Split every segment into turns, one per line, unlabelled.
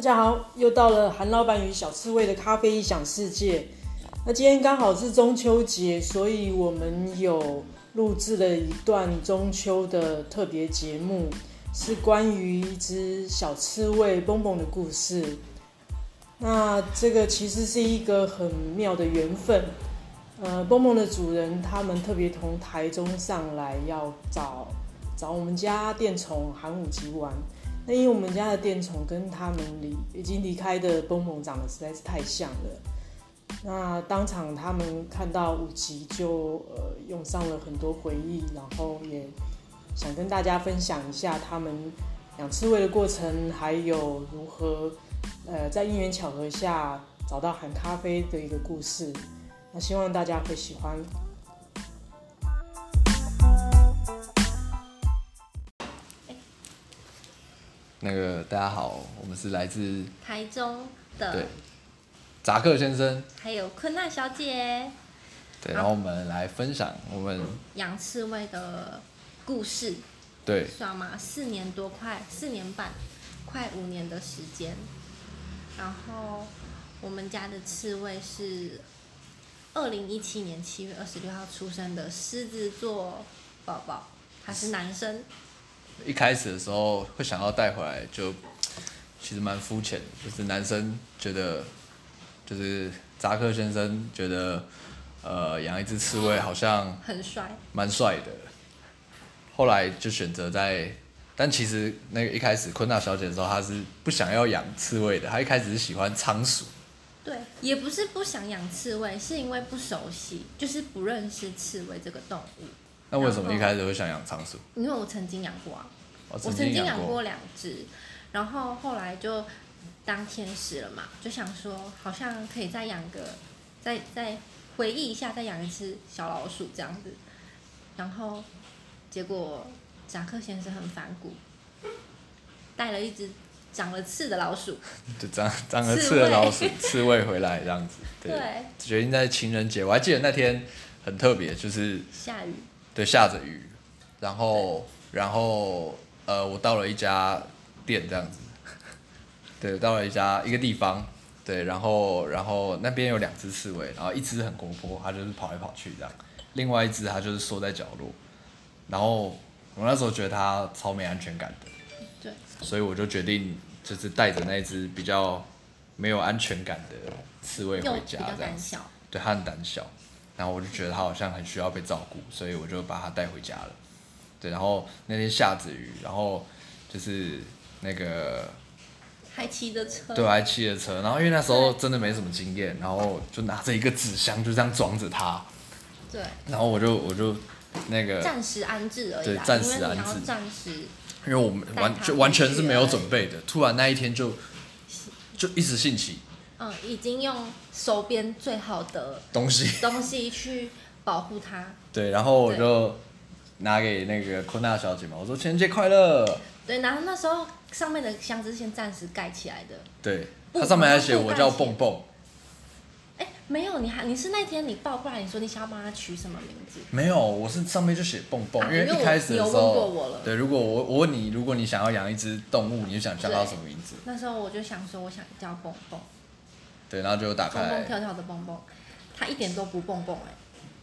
家好，又到了韩老板与小刺猬的咖啡异想世界。那今天刚好是中秋节，所以我们有录制了一段中秋的特别节目，是关于一只小刺猬蹦蹦的故事。那这个其实是一个很妙的缘分。呃，蹦蹦的主人他们特别从台中上来，要找找我们家电宠寒武集玩。那因为我们家的电宠跟他们离已经离开的蹦蹦长得实在是太像了，那当场他们看到五集就呃用上了很多回忆，然后也想跟大家分享一下他们养刺猬的过程，还有如何呃在因缘巧合下找到含咖啡的一个故事。那希望大家会喜欢。
那个大家好，我们是来自
台中
对
的，
扎克先生，
还有昆娜小姐
对，
好
然后我们来分享我们
养刺猬的故事，
对
算吗？四年多，快四年半，快五年的时间。然后我们家的刺猬是二零一七年七月二十六号出生的狮子座宝宝，他是男生，
一开始的时候会想要带回来就，其实蛮肤浅的，就是男生觉得，就是扎克先生觉得，呃，养一只刺猬好像
很帅，
蛮帅的，后来就选择在。但其实那个一开始昆娜小姐的时候，她是不想要养刺猬的，她一开始是喜欢仓鼠，
对，也不是不想养刺猬，是因为不熟悉，就是不认识刺猬这个动物。
那为什么
然后
一开始会想养仓鼠？
因为我曾经养过啊，
我
我曾经养过两只，然后后来就当天使了嘛，就想说好像可以再养个，再再回忆一下，再养一只小老鼠这样子。然后结果扎克先生很反骨，带了一只长了刺的老鼠，
就长长了
刺
刺的
猬
老鼠、刺猬回来这 样子。对，
对，
决定在情人节，我还记得那天很特别，就是
下雨，
对下着雨，然后然后呃，我到了一家店这样子，对，到了一家一个地方，对，然后然后那边有两只刺猬，然后一只很活泼，它就是跑来跑去这样，另外一只它就是缩在角落，然后我那时候觉得它超没安全感的。
对，
所以我就决定就是带着那一只比较没有安全感的刺猬
又
回
比
家
较
这样
胆
子，
小，
对它很胆小，然后我就觉得它好像很需要被照顾，所以我就把它带回家了。对，然后那天下着雨，然后就是那个
还骑着车，
对，我啊还骑着车，然后因为那时候真的没什么经验，然后就拿着一个纸箱就这样装着它，
对，
然后我就我就那个
暂时安置而已
对
啦，
暂
因为
时
你
安
要
置
暂时
因为我们
带
完
它
就
出
完全是
去
没有
而已
准备的，突然那一天就就一时兴起
嗯，已经用手边最好的
东西。
东西去保护它。
对，然后我
对
就拿给那个昆娜小姐嘛，我说情人节快乐。
对，然后那时候上面的箱子是先暂时盖起来的。
对，
不
它上面还写
不
我
干
叫
净
蹦蹦，
哎，没有，你还你是那天你抱过来，你说你想要帮它取什么名字？
没有，我是上面就写蹦蹦，
啊
为
因为
一
我
开始
你
的
有
时
问过我
候
了，
对，如果我我问你，如果你想要养一只动物，你就想叫它
对
什么名字？
那时候我就想说，我想叫蹦蹦，
对，然后就打
蹦蹦
开，
跳跳的蹦蹦，它一点都不蹦
啊
蹦哎、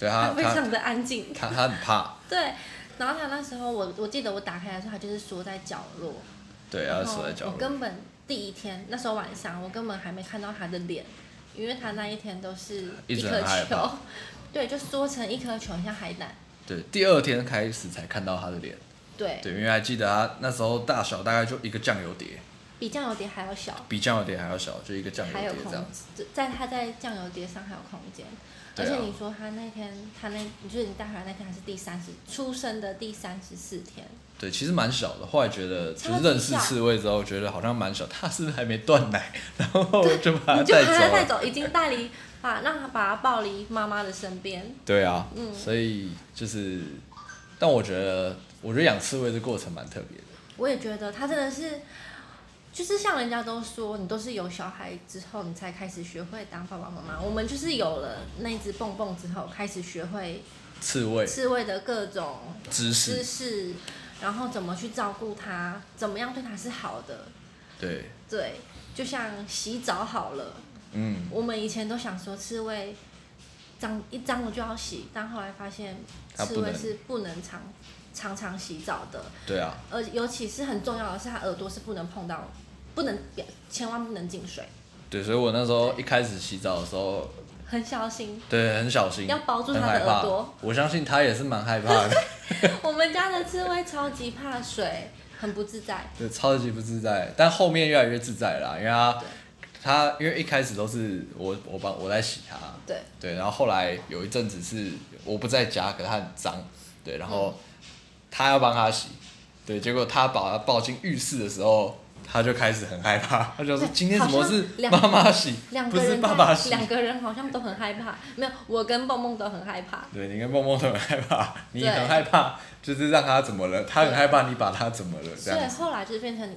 对
它
它
非
它
常的安静。
它它很怕，
对，然后它那时候我我记得我打开来的时候，它就是缩在角落，
对，
然
它
后
锁在角
哦
落。
我根本第一天那时候晚上，我根本还没看到他的脸，因为他那一天都是
一直
颗
很害
球
怕，
对，就缩成一颗球，很像海胆。
对，第二天开始才看到它的脸，
对，
对，因为还记得它那时候大小大概就一个酱油碟，
比酱油碟还要小，
比酱油碟还要小，就一个酱油
还有
碟
空
这样。，
在他在酱油碟上还有空间。
对
而
啊
且你说他那天，他那，就是你带回来那天，还是第三十出生的第三十四天，
对，其实蛮小的。后来觉得，就
超
是
级
认识
小
刺猬之后，觉得好像蛮小。它是不是还没断奶？ 然后我就把它
你就把他
走啊
带
了。
走，已经带离把让他把他抱离妈妈的身边。
对啊，
嗯
所以就是，但我觉得，我觉得养刺猬这过程蛮特别的。
我也觉得他真的是，就是像人家都说，你都是有小孩之后，你才开始学会当爸爸妈妈。我们就是有了那只蹦蹦之后，开始学会
刺猬
刺猬的各种
知
知
识，
识，然后怎么去照顾它，怎么样对它是好的。
对，
对，就像洗澡好了，
嗯，
我们以前都想说刺猬脏一脏了就要洗，但后来发现
它不
刺猬
能
是不能常常常洗澡的，
对啊，
而尤其是很重要的是，它耳朵是不能碰到，不能千万不能进水，
对，所以我那时候一开始洗澡的时候，
很小心。
对，很小心，
要保住
很
它的
害怕
耳朵。
我相信他也是蛮害怕的，
我们家的刺猬超级怕水，很不自在。
对，超级不自在。但后面越来越自在啦，因为他他因为一开始都是我我帮我在洗他，
对，
对，然后后来有一阵子是我不在家，可是他很脏，对，然
嗯
后他要帮他洗，对，结果他把他抱进浴室的时候，他就开始很害怕，他就说
对
今天怎么
好像
是
两
妈妈洗，
两
不
个
是
人在
爸爸洗，
两个人好像都很害怕。没有，我跟蹦蹦都很害怕。
对，你跟梦梦都很害怕，你
对
很害怕，就是让他怎么了，他很害怕你把他怎么了，这
所以
样子
后来就是变成，嗯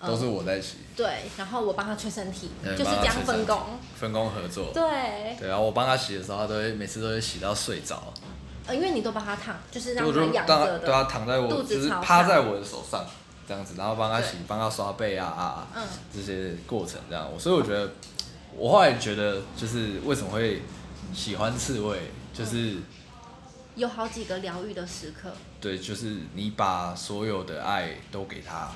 都是我在洗，
对，然后我帮他吹身体，
对
就是
帮他
这样
吹身
分
体
工。
分工合作。
对，
对，然后我帮他洗的时候，他都会每次都会洗到睡着，
呃，因为你都把它躺，就是让
我
它
就嗯让
养着
他对
的。
他躺在我
肚子
就是
朝
趴
上
在我的手上这样子，然后帮他洗
对，
帮他刷背啊啊啊
嗯
这些过程这样，我所以我觉得我后来觉得就是为什么会喜欢刺猬，就是。
嗯有好几个疗愈的时刻，
对，就是你把所有的爱都给他，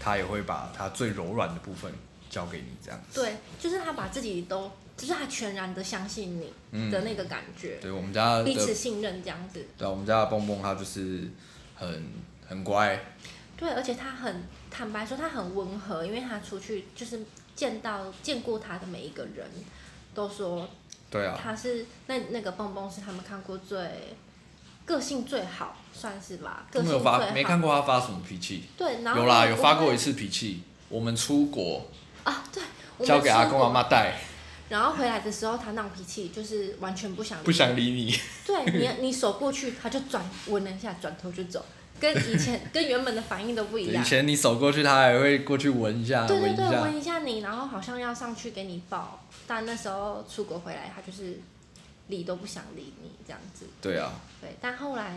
他也会把他最柔软的部分交给你，这样子。
对，就是他把自己都，就是他全然的相信你的那个感觉，
对，我们家的，
彼此
对
信任这样子。
啊，我们家的蹦蹦他就是很很乖，
对，而且他很坦白说，他很温和，因为他出去就是见到见过他的每一个人，都说
对啊，
他是那那个蹦蹦是他们看过最个性最好，算是吧，个
都没
性
有
最
发，没看
好。
过他发什么脾气，
对，然后
有啦，
我
有发
我
过
会
一次脾气，我们出国
啊，对，我们
交给阿
出
公
国
阿妈带，
然后回来的时候，他闹脾气，就是完全不想理
不想理你，
对 你，你手过去，他就转闻了一下，转头就走，跟以前跟原本的反应都不一
以
样。
前你手过去，他还会过去闻一下，
对对
闻一
对，
下
闻，一下你，然后好像要上去给你抱，但那时候出国回来，他就是理都不想理你这样子。
对啊，
对，但后来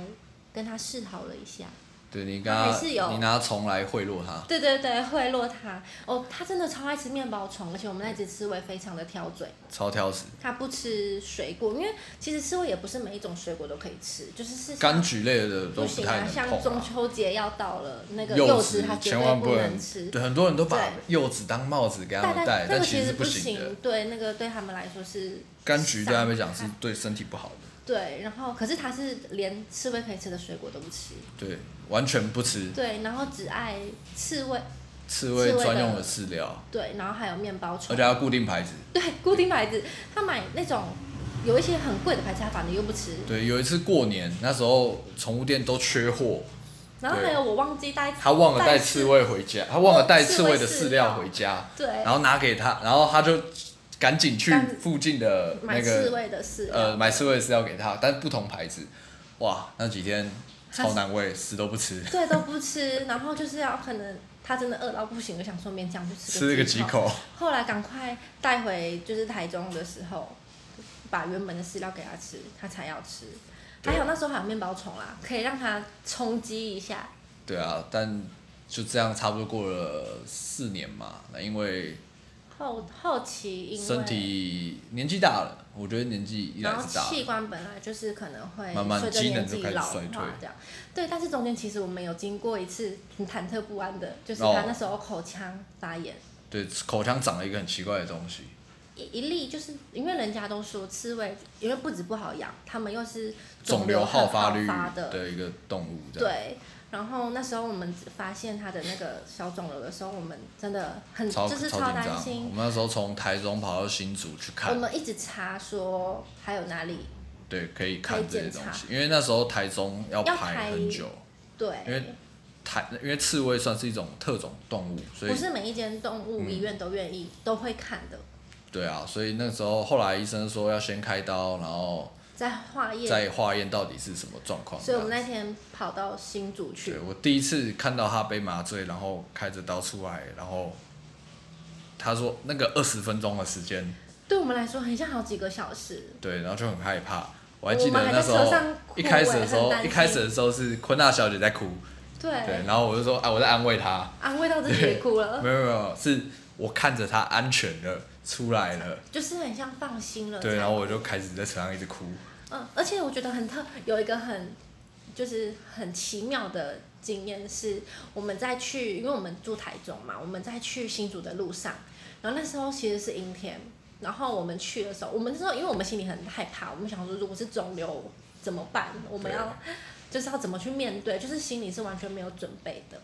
跟他示好了一下，
对你跟
还
他，
是有
你拿虫来贿赂他，
对对对，贿赂他。哦，他真的超爱吃面包虫，而且我们那只刺猬非常的挑嘴。
超挑食，
它不吃水果，因为其实刺猬也不是每一种水果都可以吃，就是是
柑
像
橘类的都
不
不
行
太
啊，
能
像
碰、
中
啊。
秋节要到了，那个
柚
子它绝
千
对
万
不
能
吃。
对，很多人都把
对
柚子当帽子给他
但
们戴
但，那
但
个
其
实
不
不
行的。
对，那个对他们来说是
柑橘对他们讲是
伤害
对身体不好的，
对，然后可是它是连刺猬可以吃的水果都不吃，
对，完全不吃
对，然后只爱刺猬，
刺猬
刺猬的
专用的饲料，
对，然后还有面包虫
而且，要固定牌子。
对，固定牌子，他买那种有一些很贵的牌子，他反正又不吃，
对，有一次过年那时候宠物店都缺货，
然后还有我忘记带，
他忘了带刺，猬回家，他忘了带刺猬的
刺
饲
猬饲
料
料
回家，
对，
然后拿给他，然后他就赶紧去
赶
附近的那
买刺
个
猬的饲料，
呃买刺猬饲料给他，但不同牌子，哇，那几天
他
超难喂，死都不吃。
对，都不吃，然后就是要可能他真的饿到不行，就想说勉强去吃
吃了个几
几
口，
后来赶快带回就是台中的时候，把原本的饲料给他吃，他才要吃。
对
还有那时候还有面包虫啦，可以让他冲击一下。
对啊，但就这样差不多过了四年嘛，那因为
后后期因为
身体年纪大了，我觉得年纪依
然
然
后
是大
器
了，
官本来就是可能会
慢慢
随着
机能
年
就
纪
开始
老化
衰退
这样，对。但是中间其实我们有经过一次很忐忑不安的，就是
哦
他那时候口腔发炎，
对，口腔长了一个很奇怪的东西，
一一例，就是因为人家都说刺猬，因为不止不好养，他们又是
肿瘤
瘤
好发
很
率
好的，
的一个动物，这样，
对。然后那时候我们发现它的那个小肿瘤的时候，我们真的很
超
就是
超
超
紧
担
张。我
心
们。那时候从台中跑到新竹去
我
看，
们一直查说还有哪里
对，可以看这些东
可以检
西
查，
因为那时候台中要
要
排
排
很久，因为
对，
台因为刺猬算是一种特种动物，所以嗯
不是每一间动物医院都愿意、都会看的，
对啊，所以那时候后来医生说要先开刀，然后。
在化验。
在化验到底是什么状况。
所以我们
这样
那
子
天跑到新竹去
对，我第一次看到他被麻醉，然后开着刀出来，然后他说那个二十分钟的时间，
对我们来说很像好几个小时。
对，然后就很害怕。我还记
我
得
们还
那
在
时
车
候
上哭
一开始的时
欸很
候，
担
一
心
开始的时候是昆娜小姐在哭，对
对，，呃
然后我就说啊，我在安慰他，
安慰到自己也哭了，
没有没有没有，是我看着他安全的出来了，
就是很像放心呃了才。
对，然后我就开始在车上一直哭，
嗯，而且我觉得很特，有一个很就是很奇妙的经验是，我们在去，因为我们住台中嘛，我们在去新竹的路上，然后那时候其实是阴天，然后我们去的时候，我们那时候因为我们心里很害怕，我们想说如果是肿瘤怎么办？我们要就是要怎么去面对，就是心里是完全没有准备的，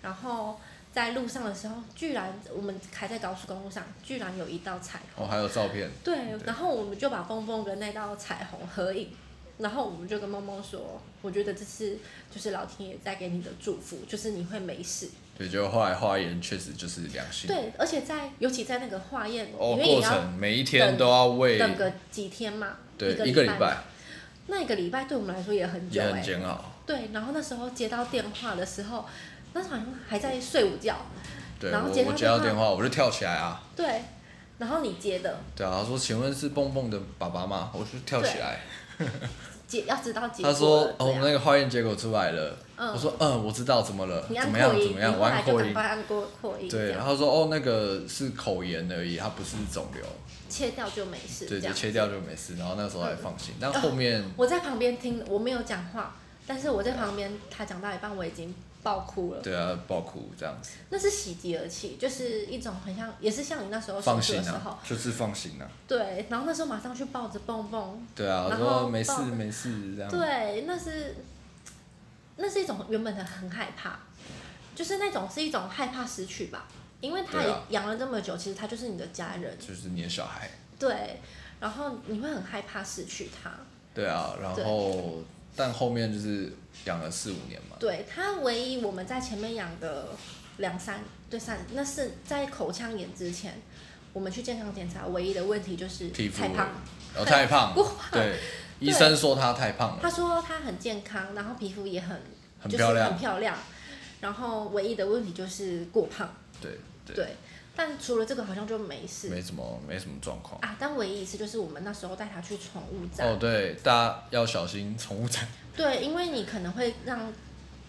然后。在路上的时候，居然我们开在高速公路上，居然有一道彩虹。
哦，还有照片，
对，然后我们就把峰峰跟那道彩虹合影，然后我们就跟梦梦说，我觉得这是就是老天爷在给你的祝福，就是你会没事。
对，结果后来化验确实就是良性，
对，而且在尤其在那个化验，
哦，
因为也
过
要
程每一天都要为
等个几天嘛，
对
一
一个礼
礼
拜
那一个礼拜对我们来说也很久
也
哎、
很煎熬，
对，然后那时候接到电话的时候，那时候好像还在睡午觉，
对
然后
我
接
我
到
接到
电
电话我就跳起来啊，
对，然后你接的，
对啊，他说请问是蹦蹦的爸爸吗？我就跳起来，
结要知道结
他
果
说
了啊
哦，
这
我们
样
那个化验结果出来了，
嗯
我说嗯，我知道怎么了，
你
怎
按
么样
扩音，
怎么样，
你
我
后来
按
就
扩
赶
音
快。按扩扩音，这
对，
样
然后说哦，那个是口炎而已，它不是肿瘤，
切掉就没事，
对，
这
就
样嗯
切掉就没事。然后那时候还放心，但后面
我在旁边听，我没有讲话，但是我在旁边，他讲到一半，我已经爆哭了。
对啊，爆哭这样子，
那是喜极而泣，就是一种很像，也是像你那时候手
放
术
心
哦的时候
啊，，就是放心啊，
对。然后那时候马上去抱着蹦蹦，
对啊，我
然
说
后
没事
抱
没事这样，
对，那是那是一种原本的很害怕，就是那种是一种害怕失去吧，因为他
对
也
啊
养了这么久，其实他就是你的家人，
就是你的小孩，
对。然后你会很害怕失去他，
对啊，然后但后面就是养了四五年嘛，
对它唯一我们在前面养的两三对三，那是在口腔炎之前，我们去健康检查唯一的问题就是
皮肤
太胖。
然后太 胖
过胖，
对，医生说他太胖
他
了，
说他很健康，然后皮肤也很
很
就是
漂亮
很漂亮。然后唯一的问题就是过胖，
对
对。
对，
但除了这个好像就没事
没什么没什么状况。
啊。但唯一一次就是我们那时候带他去宠物展，
哦，对，大家要小心宠物 展，
对，因为你可能会让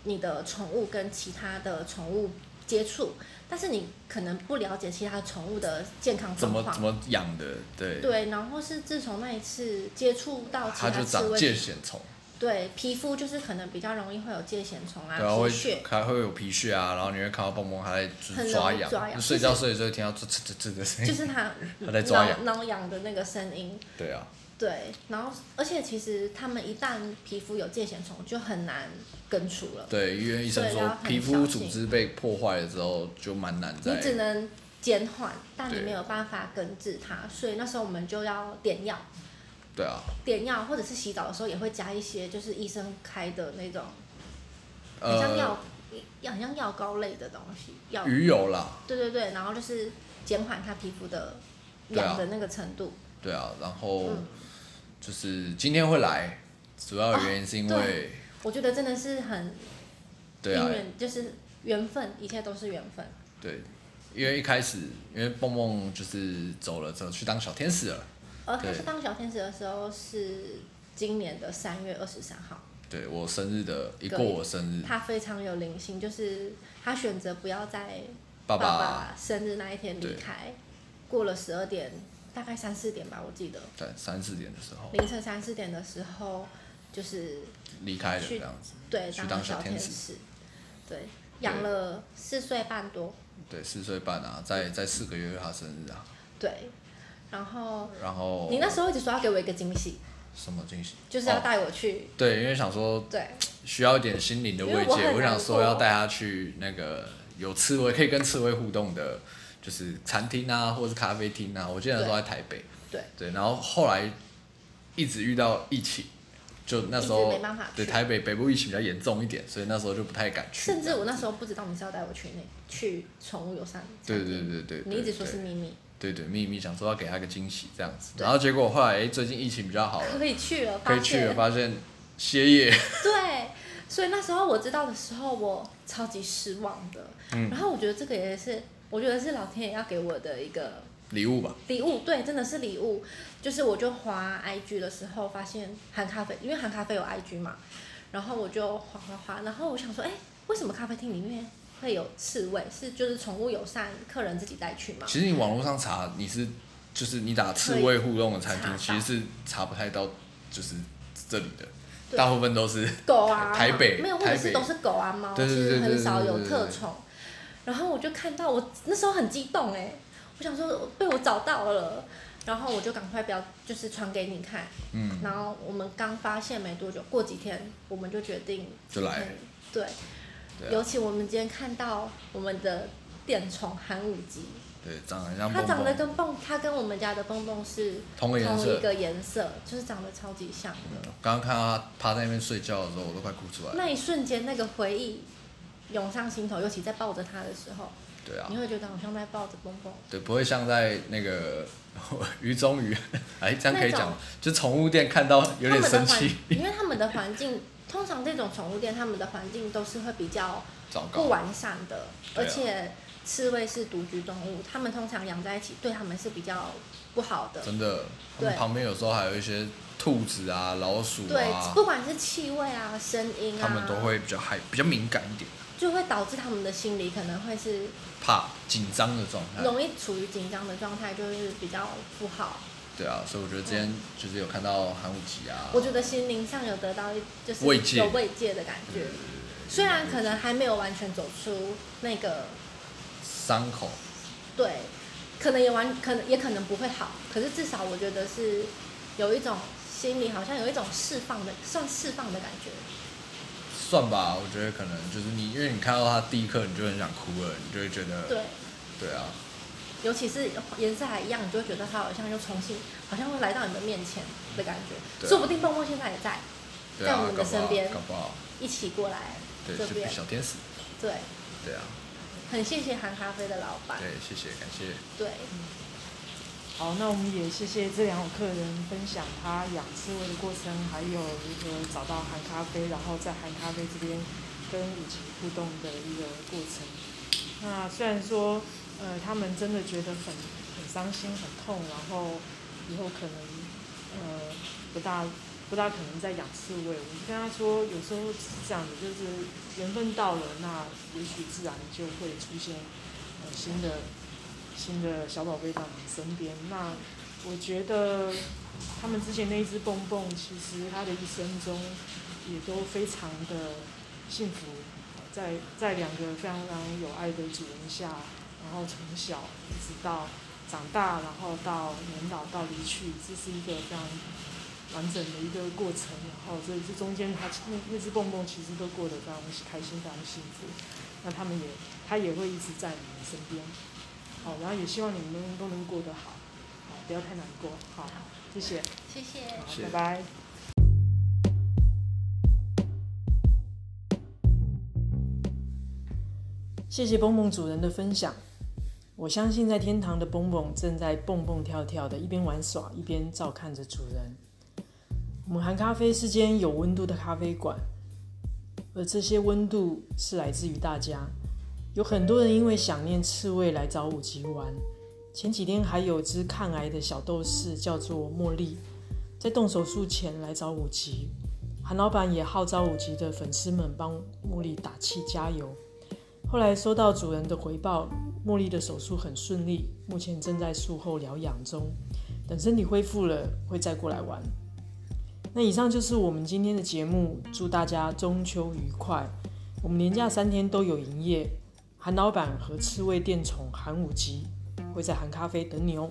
你的宠物跟其他的宠物接触，但是你可能不了解其他宠物的健康
怎
状
么
况
怎。么养的，对，
对，然后是自从那一次接触到其
它就
他刺
长疥
猬，
藓虫。
对皮肤就是可能比较容易会有疥藓虫啊、
对啊，
皮
会
屑，
还会有皮屑啊，然后你会看到蹦蹦还在就是
很
抓
容易抓
痒，
痒
就睡觉睡着就会听到吱吱吱吱的声
就
音。
是它
它在抓
挠
痒
挠痒的那个声音。
对啊，
对，然后而且其实它们一旦皮肤有疥藓虫，就很难根除了，
对，因为医生
对要
说
很
皮肤
小心
组织被破坏了之后就蛮难
你
再
只能减缓，但你
对
没有办法根治它，所以那时候我们就要点药。
对啊，
点药或者是洗澡的时候也会加一些，就是医生开的那种，很像
呃嗯
药，，很像药膏类的东西，药
鱼油啦，
对对对，然后就是减缓他皮肤的
对啊
痒的那个程度。
对啊，然后
嗯
就是今天会来，主要的原因是因
哦
为
我觉得真的是很
啊对
因
啊，
缘，就是缘分，一切都是缘分。
对，因为一开始因为蹦蹦就是走了之后去当小天使了，
而他
对
是当小天使的时候是今年的三月二十三号，
对我生日的一
隔
过我生日，
他非常有灵性，就是他选择不要在
爸
爸生日那一天
对
离开，过了十二点，大概三四点吧，我记得
在三四点的时候
凌晨三四点的时候，就是
离开了这
去
样子，
对
去
当
当
了
小
小
天
天
使
使，对，养了四岁半多，
对，四岁半啊，在在四个月他生日啊，
对，然后
然后
你那时候一直说要给我一个惊喜，
什么惊喜？
就是要
哦、
带我去，
对，因为想说
对，
需要一点心灵的慰
因为我很
藉，
难
我想说
过
要带他去那个有刺猬可以跟刺猬互动的，就是餐厅啊，或者是咖啡厅啊。我记得那时候在台北，
对
对，然后后来一直遇到疫情。就那时候
一直没办法去
对台北北部疫情比较严重一点，所以那时候就不太敢去。
甚至我那时候不知道你是要带我去那去宠物友善，
对对对对对，
你一直说
对
是秘密，
对对秘密，想说要给他个惊喜这样子，
对
然后结果后来哎最近疫情比较好了，
可以去了，
可
发
以去了，
现
发现歇业。
对，所以那时候我知道的时候，我超级失望的，然后我觉得这个也是，我觉得是老天爷要给我的一个
礼物吧，
礼物，对，真的是礼物。就是我就滑 IG 的时候，发现韩咖啡，因为韩咖啡有 IG 嘛，然后我就滑滑滑，然后我想说，哎、为什么咖啡厅里面会有刺猬？是就是宠物友善，客人自己带去吗？
其实你网络上查，你是就是你打刺猬互动的餐厅，
查
其
到
实是查不太到，就是这里的，
对
大部分都是
狗啊，
台北
没有，或者
台
是
北
都是狗啊猫，
对
其
对对对
实很
对
少
对
有
对
特
对
宠。然后我就看到我那时候很激动哎、我想说被我找到了，然后我就赶快标，就是传给你看。
嗯，
然后我们刚发现没多久，过几天我们就决定
就来了
嗯对，
对啊
尤其我们今天看到我们的电宠寒武鸡，
对，长得很像
它
蹦
长得
蹦，
跟蹦，它跟我们家的蹦蹦是
同个颜
同一
色。
个颜色，就是长得超级像的。
嗯刚刚看到他趴在那边睡觉的时候，我都快哭出来了。
那一瞬间，那个回忆涌上心头，尤其在抱着它的时候，
对啊
你，会觉得好像在抱着蹦蹦。
对，不会像在那个 鱼中鱼， 哎，这样可以讲
那
吗
种，
就宠物店看到有点
他们的
生
环
气，，
因为他们的环境，通常这种宠物店，他们的环境都是会比较
糟糕，
不完善的，
对啊
而且刺猬是独居动物，它们通常养在一起，对它们是比较不好的。
真的，他们
对
旁边有时候还有一些兔子啊、老鼠
对，
啊，
不管是气味啊、声音啊，
他们都会比较害，比较敏感一点，
就会导致它们的心理可能会是
怕紧张哎的状态。
容易处于紧张的状态，就是比较不好。
对啊，所以我觉得今天就是有看到韩武吉啊，
我觉得心灵上有得到一就是
慰藉嗯
有慰藉的感觉，虽然可能还没有完全走出那个
伤口，
对，可能也完，可能也可能不会好，可是至少我觉得是有一种心里好像有一种释放的，算释放的感觉。
算吧，我觉得可能就是你，因为你看到他第一刻你就很想哭了，你就会觉得，
对，
对啊，
尤其是颜色还一样，你就会觉得它好像又重新，好像会来到你的面前的感觉。
对啊
说不定蹦蹦现在也在
对啊
在我，们
搞不
的
好
身边
搞不好，
一起过来
对，
这
是
边，
小天使，
对，
对啊，
很谢谢韩咖啡的老板，
对，谢谢，感谢，
对，
好，那我们也谢谢这两位客人分享他养刺猬的过程，还有如何找到韩咖啡，然后在韩咖啡这边跟雨晴互动的一个过程。那虽然说，呃，他们真的觉得很很伤心、很痛，然后以后可能呃不大不大可能再养刺猬。我们跟他说，有时候是这样的，就是缘分到了，那也许自然就会出现呃新的新的小宝贝到你身边。那我觉得他们之前那一只蹦蹦，其实它的一生中也都非常的幸福，在在两个非常非常有爱的主人下，然后从小一直到长大，然后到年老到离去，这是一个非常。完整的一个过程，然后这这中间它那那只蹦蹦其实都过得非常开心，非常幸福。那他们也，它也会一直在你们身边。好，然后也希望你们都能过得好，好，不要太难过。好，谢谢，
谢谢。
好
谢，谢
拜拜。谢谢蹦蹦主人的分享。我相信在天堂的蹦蹦正在蹦蹦跳跳的，一边玩耍一边照看着主人。我们含咖啡是间有温度的咖啡馆，而这些温度是来自于大家。有很多人因为想念刺猬来找五级玩。前几天还有只抗癌的小斗士叫做茉莉，在动手术前来找五级。韩老板也号召五级的粉丝们帮茉莉打气加油。后来收到主人的回报，茉莉的手术很顺利，目前正在术后疗养中，等身体恢复了会再过来玩。那以上就是我们今天的节目，祝大家中秋愉快。我们连假三天都有营业，韩老板和刺猬店宠韩五级会在韩咖啡等你哦。